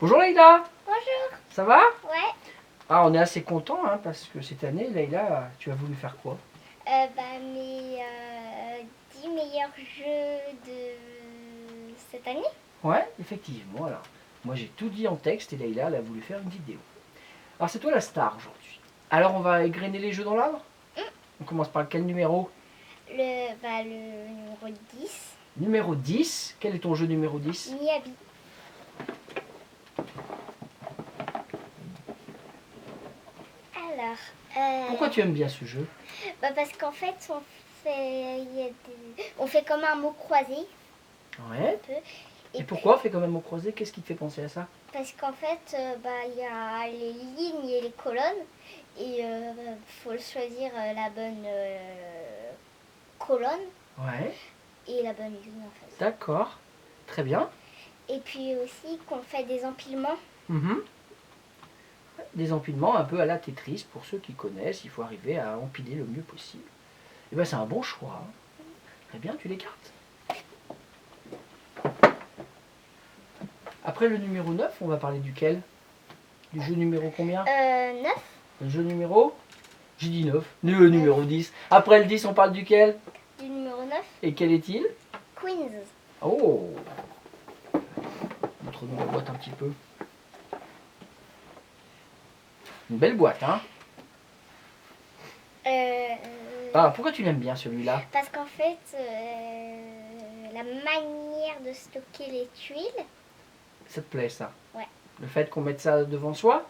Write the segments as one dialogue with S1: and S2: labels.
S1: Bonjour Leïla,
S2: Bonjour.
S1: ça va
S2: Ouais.
S1: Ah, on est assez content hein, parce que cette année, Leïla, tu as voulu faire quoi
S2: Euh, bah, mes euh, 10 meilleurs jeux de cette année.
S1: Ouais, effectivement. Alors, moi j'ai tout dit en texte et Leïla, elle a voulu faire une vidéo. Alors, c'est toi la star aujourd'hui. Alors, on va égrener les jeux dans l'arbre On commence par quel numéro
S2: Le, bah, le numéro 10,
S1: Numéro 10. Quel est ton jeu numéro 10
S2: Miyabi. Alors. euh,
S1: Pourquoi tu aimes bien ce jeu
S2: bah, Parce qu'en fait, on fait, il y a des- on fait comme un mot croisé.
S1: Ouais. Et
S2: Et
S1: pourquoi on fait quand même au croisé Qu'est-ce qui te fait penser à ça
S2: Parce qu'en fait, euh, bah, il y a les lignes et les colonnes. Et il faut choisir euh, la bonne euh, colonne
S1: Ouais,
S2: et la bonne ligne en fait.
S1: d'accord. Très bien.
S2: Et puis aussi qu'on fait des empilements.
S1: Mhm. Des empilements un peu à la Tetris, pour ceux qui connaissent, il faut arriver à empiler le mieux possible. Et ben c'est un bon choix. hein. Très bien, tu l'écartes. Après le numéro 9, on va parler duquel Du jeu numéro combien
S2: Euh, 9,
S1: Le jeu numéro J'ai dit 9. Le numéro 10. Après le 10, on parle duquel
S2: du numéro 9,
S1: Et quel est-il
S2: Queens.
S1: Oh Montre-nous la boîte un petit peu. Une belle boîte, hein
S2: Euh,
S1: Ah, pourquoi tu l'aimes bien celui-là
S2: Parce qu'en fait, euh, la manière de stocker les tuiles,
S1: Ça te plaît, ça
S2: Ouais.
S1: Le fait qu'on mette ça devant soi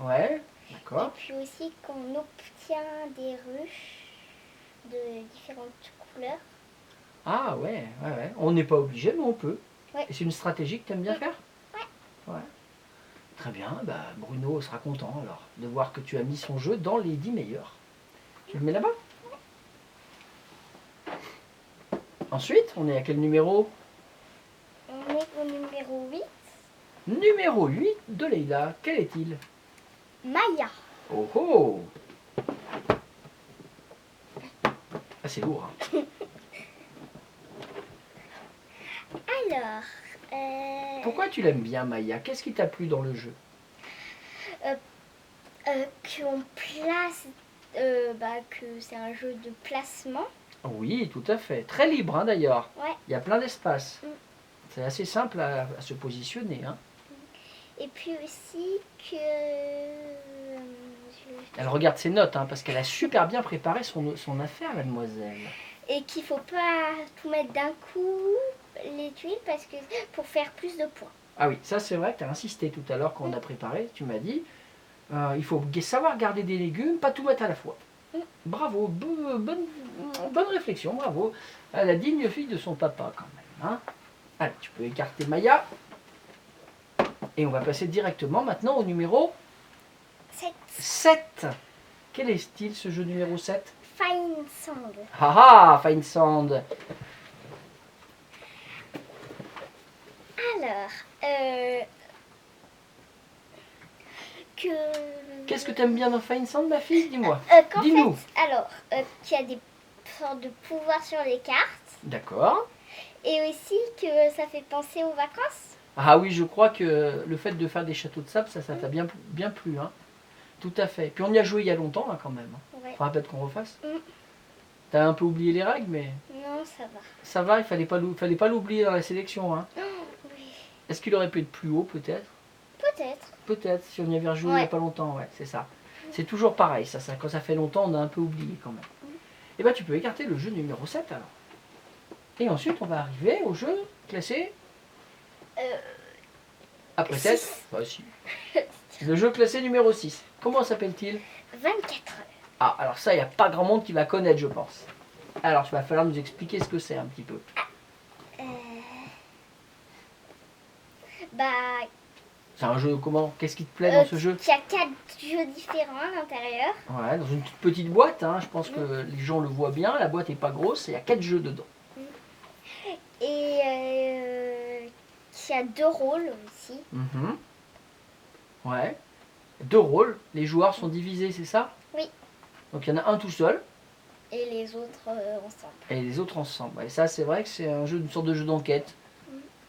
S1: Ouais,
S2: et
S1: d'accord.
S2: puis aussi qu'on obtient des ruches de différentes couleurs.
S1: Ah ouais, ouais, ouais. On n'est pas obligé, mais on peut.
S2: Ouais.
S1: Et c'est une stratégie que tu aimes bien
S2: Mm.
S1: faire Ouais. Très bien, bah, Bruno sera content alors de voir que tu as mis son jeu dans les 10 meilleurs. Tu le mets là-bas Ensuite, on est à quel numéro
S2: On est au numéro 8,
S1: Numéro 8 de Leïla. Quel est-il
S2: Maya.
S1: Oh oh Ah, c'est lourd. hein.
S2: Alors, euh,
S1: Pourquoi tu l'aimes bien, Maya Qu'est-ce qui t'a plu dans le jeu
S2: euh, qu'on place, euh, bah, que c'est un jeu de placement.
S1: Oui, tout à fait. Très libre, hein, d'ailleurs.
S2: Ouais.
S1: Il y a plein d'espace.
S2: Mm.
S1: C'est assez simple à, à se positionner. hein.
S2: Et puis aussi que. euh, je-
S1: Elle regarde ses notes, hein, parce qu'elle a super bien préparé son, son affaire, mademoiselle.
S2: Et qu'il faut pas tout mettre d'un coup les tuiles parce que pour faire plus de points.
S1: Ah oui, ça c'est vrai, tu as insisté tout à l'heure quand
S2: Mm.
S1: on a préparé, tu m'as dit, euh, il faut gu- savoir garder des légumes, pas tout mettre à la fois.
S2: Mm.
S1: Bravo, bo- bonne, bonne réflexion, bravo. À la digne fille de son papa quand même. hein. Allez, tu peux écarter Maya. Et on va passer directement maintenant au numéro
S2: Cette
S1: 7. Quel est-il ce jeu numéro 7
S2: fine sand.
S1: Ah ah, Fine Sand.
S2: Alors, euh, que.
S1: Qu'est-ce que tu aimes bien dans Fine Sand, ma fille Dis-moi.
S2: Euh, qu'en
S1: Dis-nous.
S2: fait, alors, euh, qu'il y a des sortes de pouvoirs sur les cartes
S1: D'accord.
S2: et aussi que ça fait penser aux vacances.
S1: Ah oui, je crois que le fait de faire des châteaux de sable, ça, ça t'a bien, bien plu. Hein. Tout à fait. Puis on y a joué il y a longtemps, là, quand même. hein.
S2: Ouais.
S1: Faudra peut-être qu'on refasse.
S2: Mm.
S1: T'as un peu oublié les règles, mais
S2: Non, ça va.
S1: ça va, il fallait pas l'ou- fallait pas l'oublier dans la sélection. Hein.
S2: Oh, Oui,
S1: Est-ce qu'il aurait pu être plus haut, peut-être
S2: peut-être.
S1: Peut-être, si on y avait joué il n'y a
S2: Ouais.
S1: pas longtemps, ouais, c'est ça. C'est toujours pareil, ça, ça. Quand ça fait longtemps, on a un peu oublié quand même. Et bien, tu peux écarter le jeu numéro 7 alors. Et ensuite, on va arriver au jeu classé.
S2: Euh,
S1: Après
S2: six.
S1: 7 Bah, si. Le jeu classé numéro 6. Comment s'appelle-t-il
S2: 24 heures.
S1: Ah, alors ça, il n'y a pas grand monde qui va connaître, je pense. Alors, il va falloir nous expliquer ce que c'est un petit peu.
S2: Euh, Bah,
S1: C'est un jeu comment Qu'est-ce qui te plaît
S2: Euh,
S1: dans ce jeu
S2: Il y a quatre jeux différents à l'intérieur.
S1: Ouais, dans une toute petite boîte, hein, je pense que les gens le voient bien. La boîte n'est pas grosse et il y a 4 jeux dedans.
S2: Et euh, il y a deux rôles aussi.
S1: Mhm. Ouais. Deux rôles. Les joueurs sont divisés, c'est ça
S2: Oui.
S1: Donc il y en a un tout seul
S2: Et les autres euh, ensemble.
S1: et les autres ensemble. Et ça, c'est vrai que c'est un jeu, une sorte de jeu d'enquête.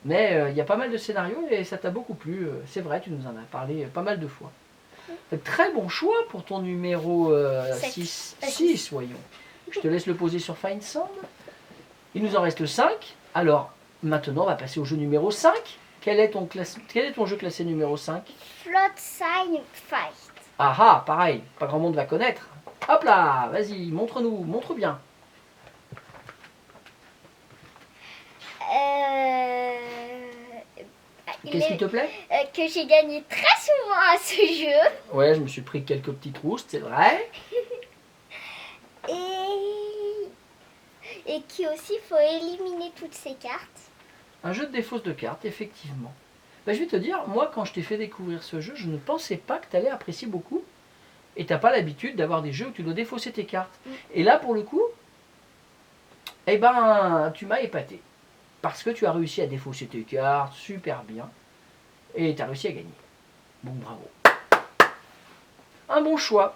S1: Mais euh, il y a pas mal de scénarios et ça t'a beaucoup plu. euh, C'est vrai, tu nous en as parlé euh, pas mal de fois. Fait que très bon choix pour ton numéro
S2: Mm. Sept.
S1: 6.
S2: Euh,
S1: 6, voyons. Je te laisse le poser sur Find Sound. Il nous en reste 5. Alors, maintenant, on va passer au jeu numéro 5. Quel est ton, classe... Quel est ton jeu classé numéro 5
S2: Flood Sign Fight.
S1: Ah ah, pareil, pas grand monde va connaître. Hop là, vas-y, montre-nous, montre bien.
S2: Euh, il
S1: Qu'est-ce
S2: est-
S1: qui te plaît
S2: euh, que j'ai gagné très souvent à ce jeu.
S1: Ouais, je me suis pris quelques petites roustes, c'est vrai.
S2: Et, et qui aussi, faut éliminer toutes ces cartes.
S1: Un jeu de défausse de cartes, effectivement. Bah, je vais te dire, moi, quand je t'ai fait découvrir ce jeu, je ne pensais pas que tu allais apprécier beaucoup. Et t'as pas l'habitude d'avoir des jeux où tu dois défausser tes cartes. Et là, pour le coup, eh ben, tu m'as épaté. Parce que tu as réussi à défausser tes cartes super bien. Et tu as réussi à gagner. Bon, bravo. Un bon choix.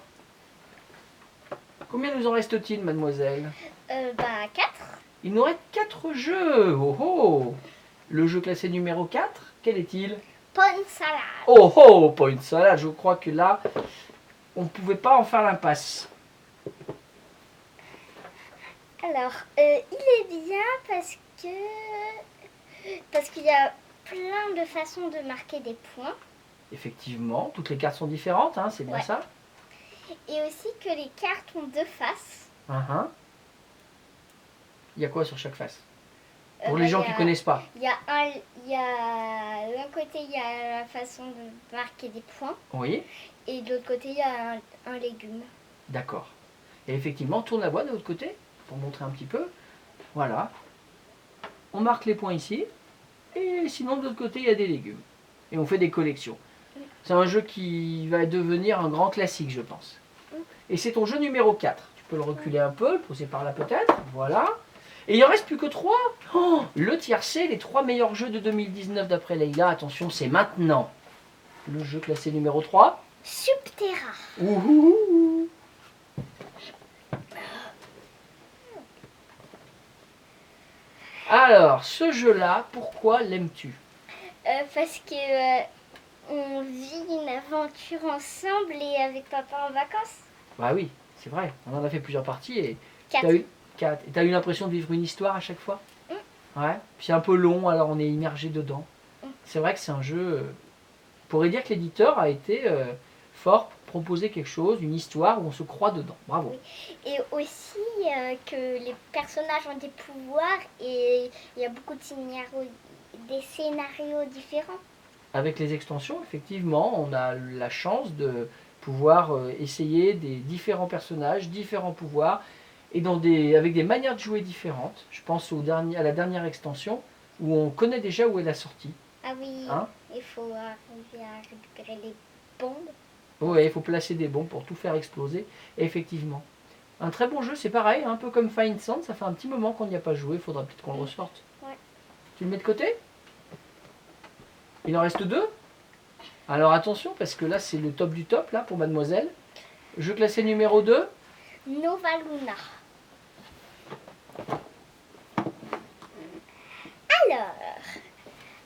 S1: Combien nous en reste-t-il, mademoiselle
S2: Euh, bah, 4.
S1: il nous reste 4 jeux. Oh oh Le jeu classé numéro 4, quel est-il
S2: Pon Salad.
S1: Oh oh Point salade, je crois que là, on ne pouvait pas en faire l'impasse.
S2: Alors, euh, il est bien parce que. Parce qu'il y a plein de façons de marquer des points.
S1: Effectivement, toutes les cartes sont différentes, hein, c'est bien
S2: Ouais.
S1: ça
S2: Et aussi que les cartes ont deux faces.
S1: Hein, hein. Il y a quoi sur chaque face
S2: Euh,
S1: Pour
S2: bah,
S1: les gens
S2: il y
S1: qui
S2: a-
S1: connaissent pas.
S2: Il y a un, il y a d'un côté il y a la façon de marquer des points
S1: Oui
S2: et de l'autre côté il y a un, un légume.
S1: D'accord. Et effectivement, tourne la boîte de l'autre côté, pour montrer un petit peu. Voilà. On marque les points ici. Et sinon, de l'autre côté, il y a des légumes. Et on fait des collections. C'est un jeu qui va devenir un grand classique, je pense. Et c'est ton jeu numéro 4. Tu peux le reculer un peu, le poser par là peut-être. Voilà. Et il en reste plus que 3. le tiercé, les trois meilleurs jeux de 2019 d'après Leïla. Attention, c'est maintenant. Le jeu classé numéro 3.
S2: Subterra.
S1: Ouhouhou. Alors, ce jeu-là, pourquoi l'aimes-tu
S2: Euh, parce que euh, on vit une aventure ensemble et avec papa en vacances.
S1: Bah oui, c'est vrai, on en a fait plusieurs parties et
S2: Quatre.
S1: t'as eu, quatre. Et t'as eu l'impression de vivre une histoire à chaque fois Ouais, puis c'est un peu long, alors on est immergé dedans.
S2: Mm.
S1: C'est vrai que c'est un jeu... euh, On pourrait dire que l'éditeur a été euh, fort pour proposer quelque chose, une histoire où on se croit dedans. Bravo.
S2: Et aussi euh, que les personnages ont des pouvoirs et il y a beaucoup de scénarios, des scénarios différents.
S1: Avec les extensions, effectivement, on a la chance de pouvoir euh, essayer des différents personnages, différents pouvoirs, et dans des, avec des manières de jouer différentes. Je pense au dernier, à la dernière extension, où on connaît déjà où est la sortie.
S2: Ah oui,
S1: Hein
S2: il faut arriver à récupérer les bombes.
S1: Ouais, il faut placer des bombes pour tout faire exploser, effectivement. Un très bon jeu, c'est pareil, un peu comme Find Sand, ça fait un petit moment qu'on n'y a pas joué, il faudra peut-être qu'on le ressorte.
S2: Ouais.
S1: Tu le mets de côté Il en reste deux Alors attention, parce que là c'est le top du top, là, pour mademoiselle. Jeu classé numéro 2,
S2: Nova Luna. Alors,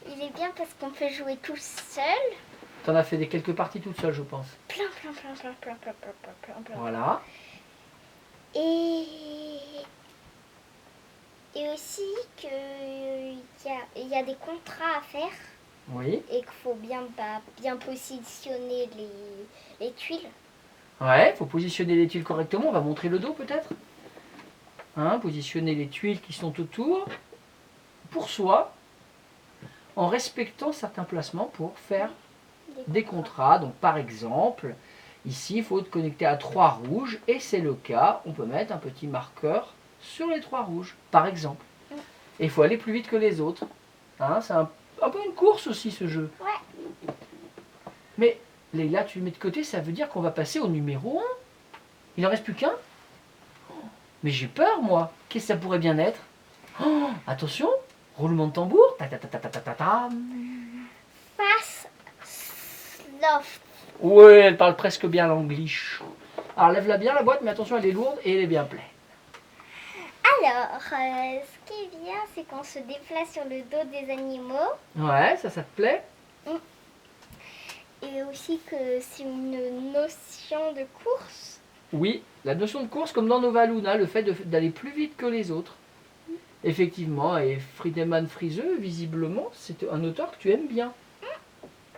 S2: il est bien parce qu'on peut jouer tout seul.
S1: t'en as fait des quelques parties toute seule, je pense.
S2: Plein, plein, plein, plein, plein, plein, plein, plein, plein, plein.
S1: Voilà.
S2: Et... Et aussi qu'il y a, il y a des contrats à faire
S1: Oui.
S2: et qu'il faut bien, bah, bien positionner les, les tuiles.
S1: Ouais, faut positionner les tuiles correctement, on va montrer le dos peut-être. Hein, positionner les tuiles qui sont autour pour soi en respectant certains placements pour faire des contrats. Donc par exemple, ici il faut te connecter à trois rouges et c'est le cas, on peut mettre un petit marqueur sur les trois rouges par exemple. Et il faut aller plus vite que les autres. Hein, c'est un, un peu une course aussi ce jeu.
S2: Ouais.
S1: Mais Leïla, tu le mets de côté, ça veut dire qu'on va passer au numéro 1. Il en reste plus qu'un. Mais j'ai peur, moi. Qu'est-ce que ça pourrait bien être Oh, Attention, roulement de tambour. Ta ta ta ta ta ta ta ta.
S2: Face Sloth.
S1: Ouais, elle parle presque bien l'anglish. Alors lève-la bien la boîte, mais attention, elle est lourde et elle est bien pleine.
S2: Alors, Alors, euh, ce qui est bien, c'est qu'on se déplace sur le dos des animaux
S1: Ouais, ça, ça te plaît
S2: et aussi que c'est une notion de course.
S1: Oui, la notion de course, comme dans Nova Luna, le fait de- d'aller plus vite que les autres. Effectivement, et Friedemann Friseux, visiblement, c'est un auteur que tu aimes bien.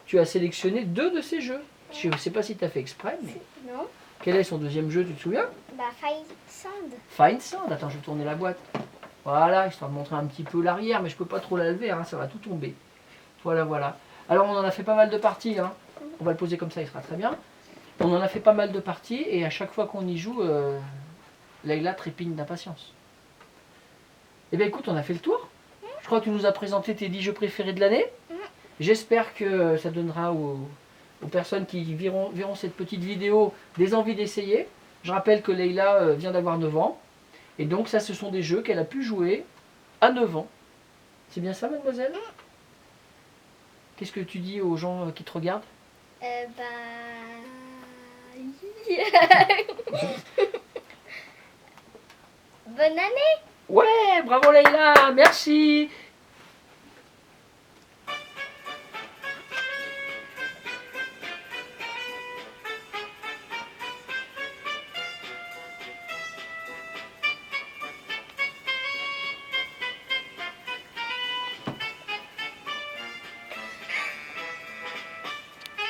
S1: Tu as sélectionné deux de ses jeux. Je ne sais pas si tu as fait exprès, mais
S2: C'est- Non
S1: quel est son deuxième jeu, tu te souviens
S2: Bah, Fight Sand.
S1: Fine Sand. Attends, je vais tourner la boîte. Voilà, histoire de montrer un petit peu l'arrière, mais je peux pas trop la lever, hein, ça va tout tomber. Voilà, voilà. Alors, on en a fait pas mal de parties. hein. On va le poser comme ça, il sera très bien. On en a fait pas mal de parties, et à chaque fois qu'on y joue, euh, Leïla trépigne d'impatience. Eh bien, écoute, on a fait le tour. Je crois que tu nous as présenté tes 10 jeux préférés de l'année. J'espère que ça donnera aux, aux personnes qui verront, verront cette petite vidéo des envies d'essayer. Je rappelle que Leïla euh, vient d'avoir 9 ans. Et donc, ça, ce sont des jeux qu'elle a pu jouer à 9 ans. C'est bien ça, mademoiselle Qu'est-ce que tu dis aux gens euh, qui te regardent
S2: Euh, bah. oui. Bonne année!
S1: Ouais, bravo Eh, Leïla, merci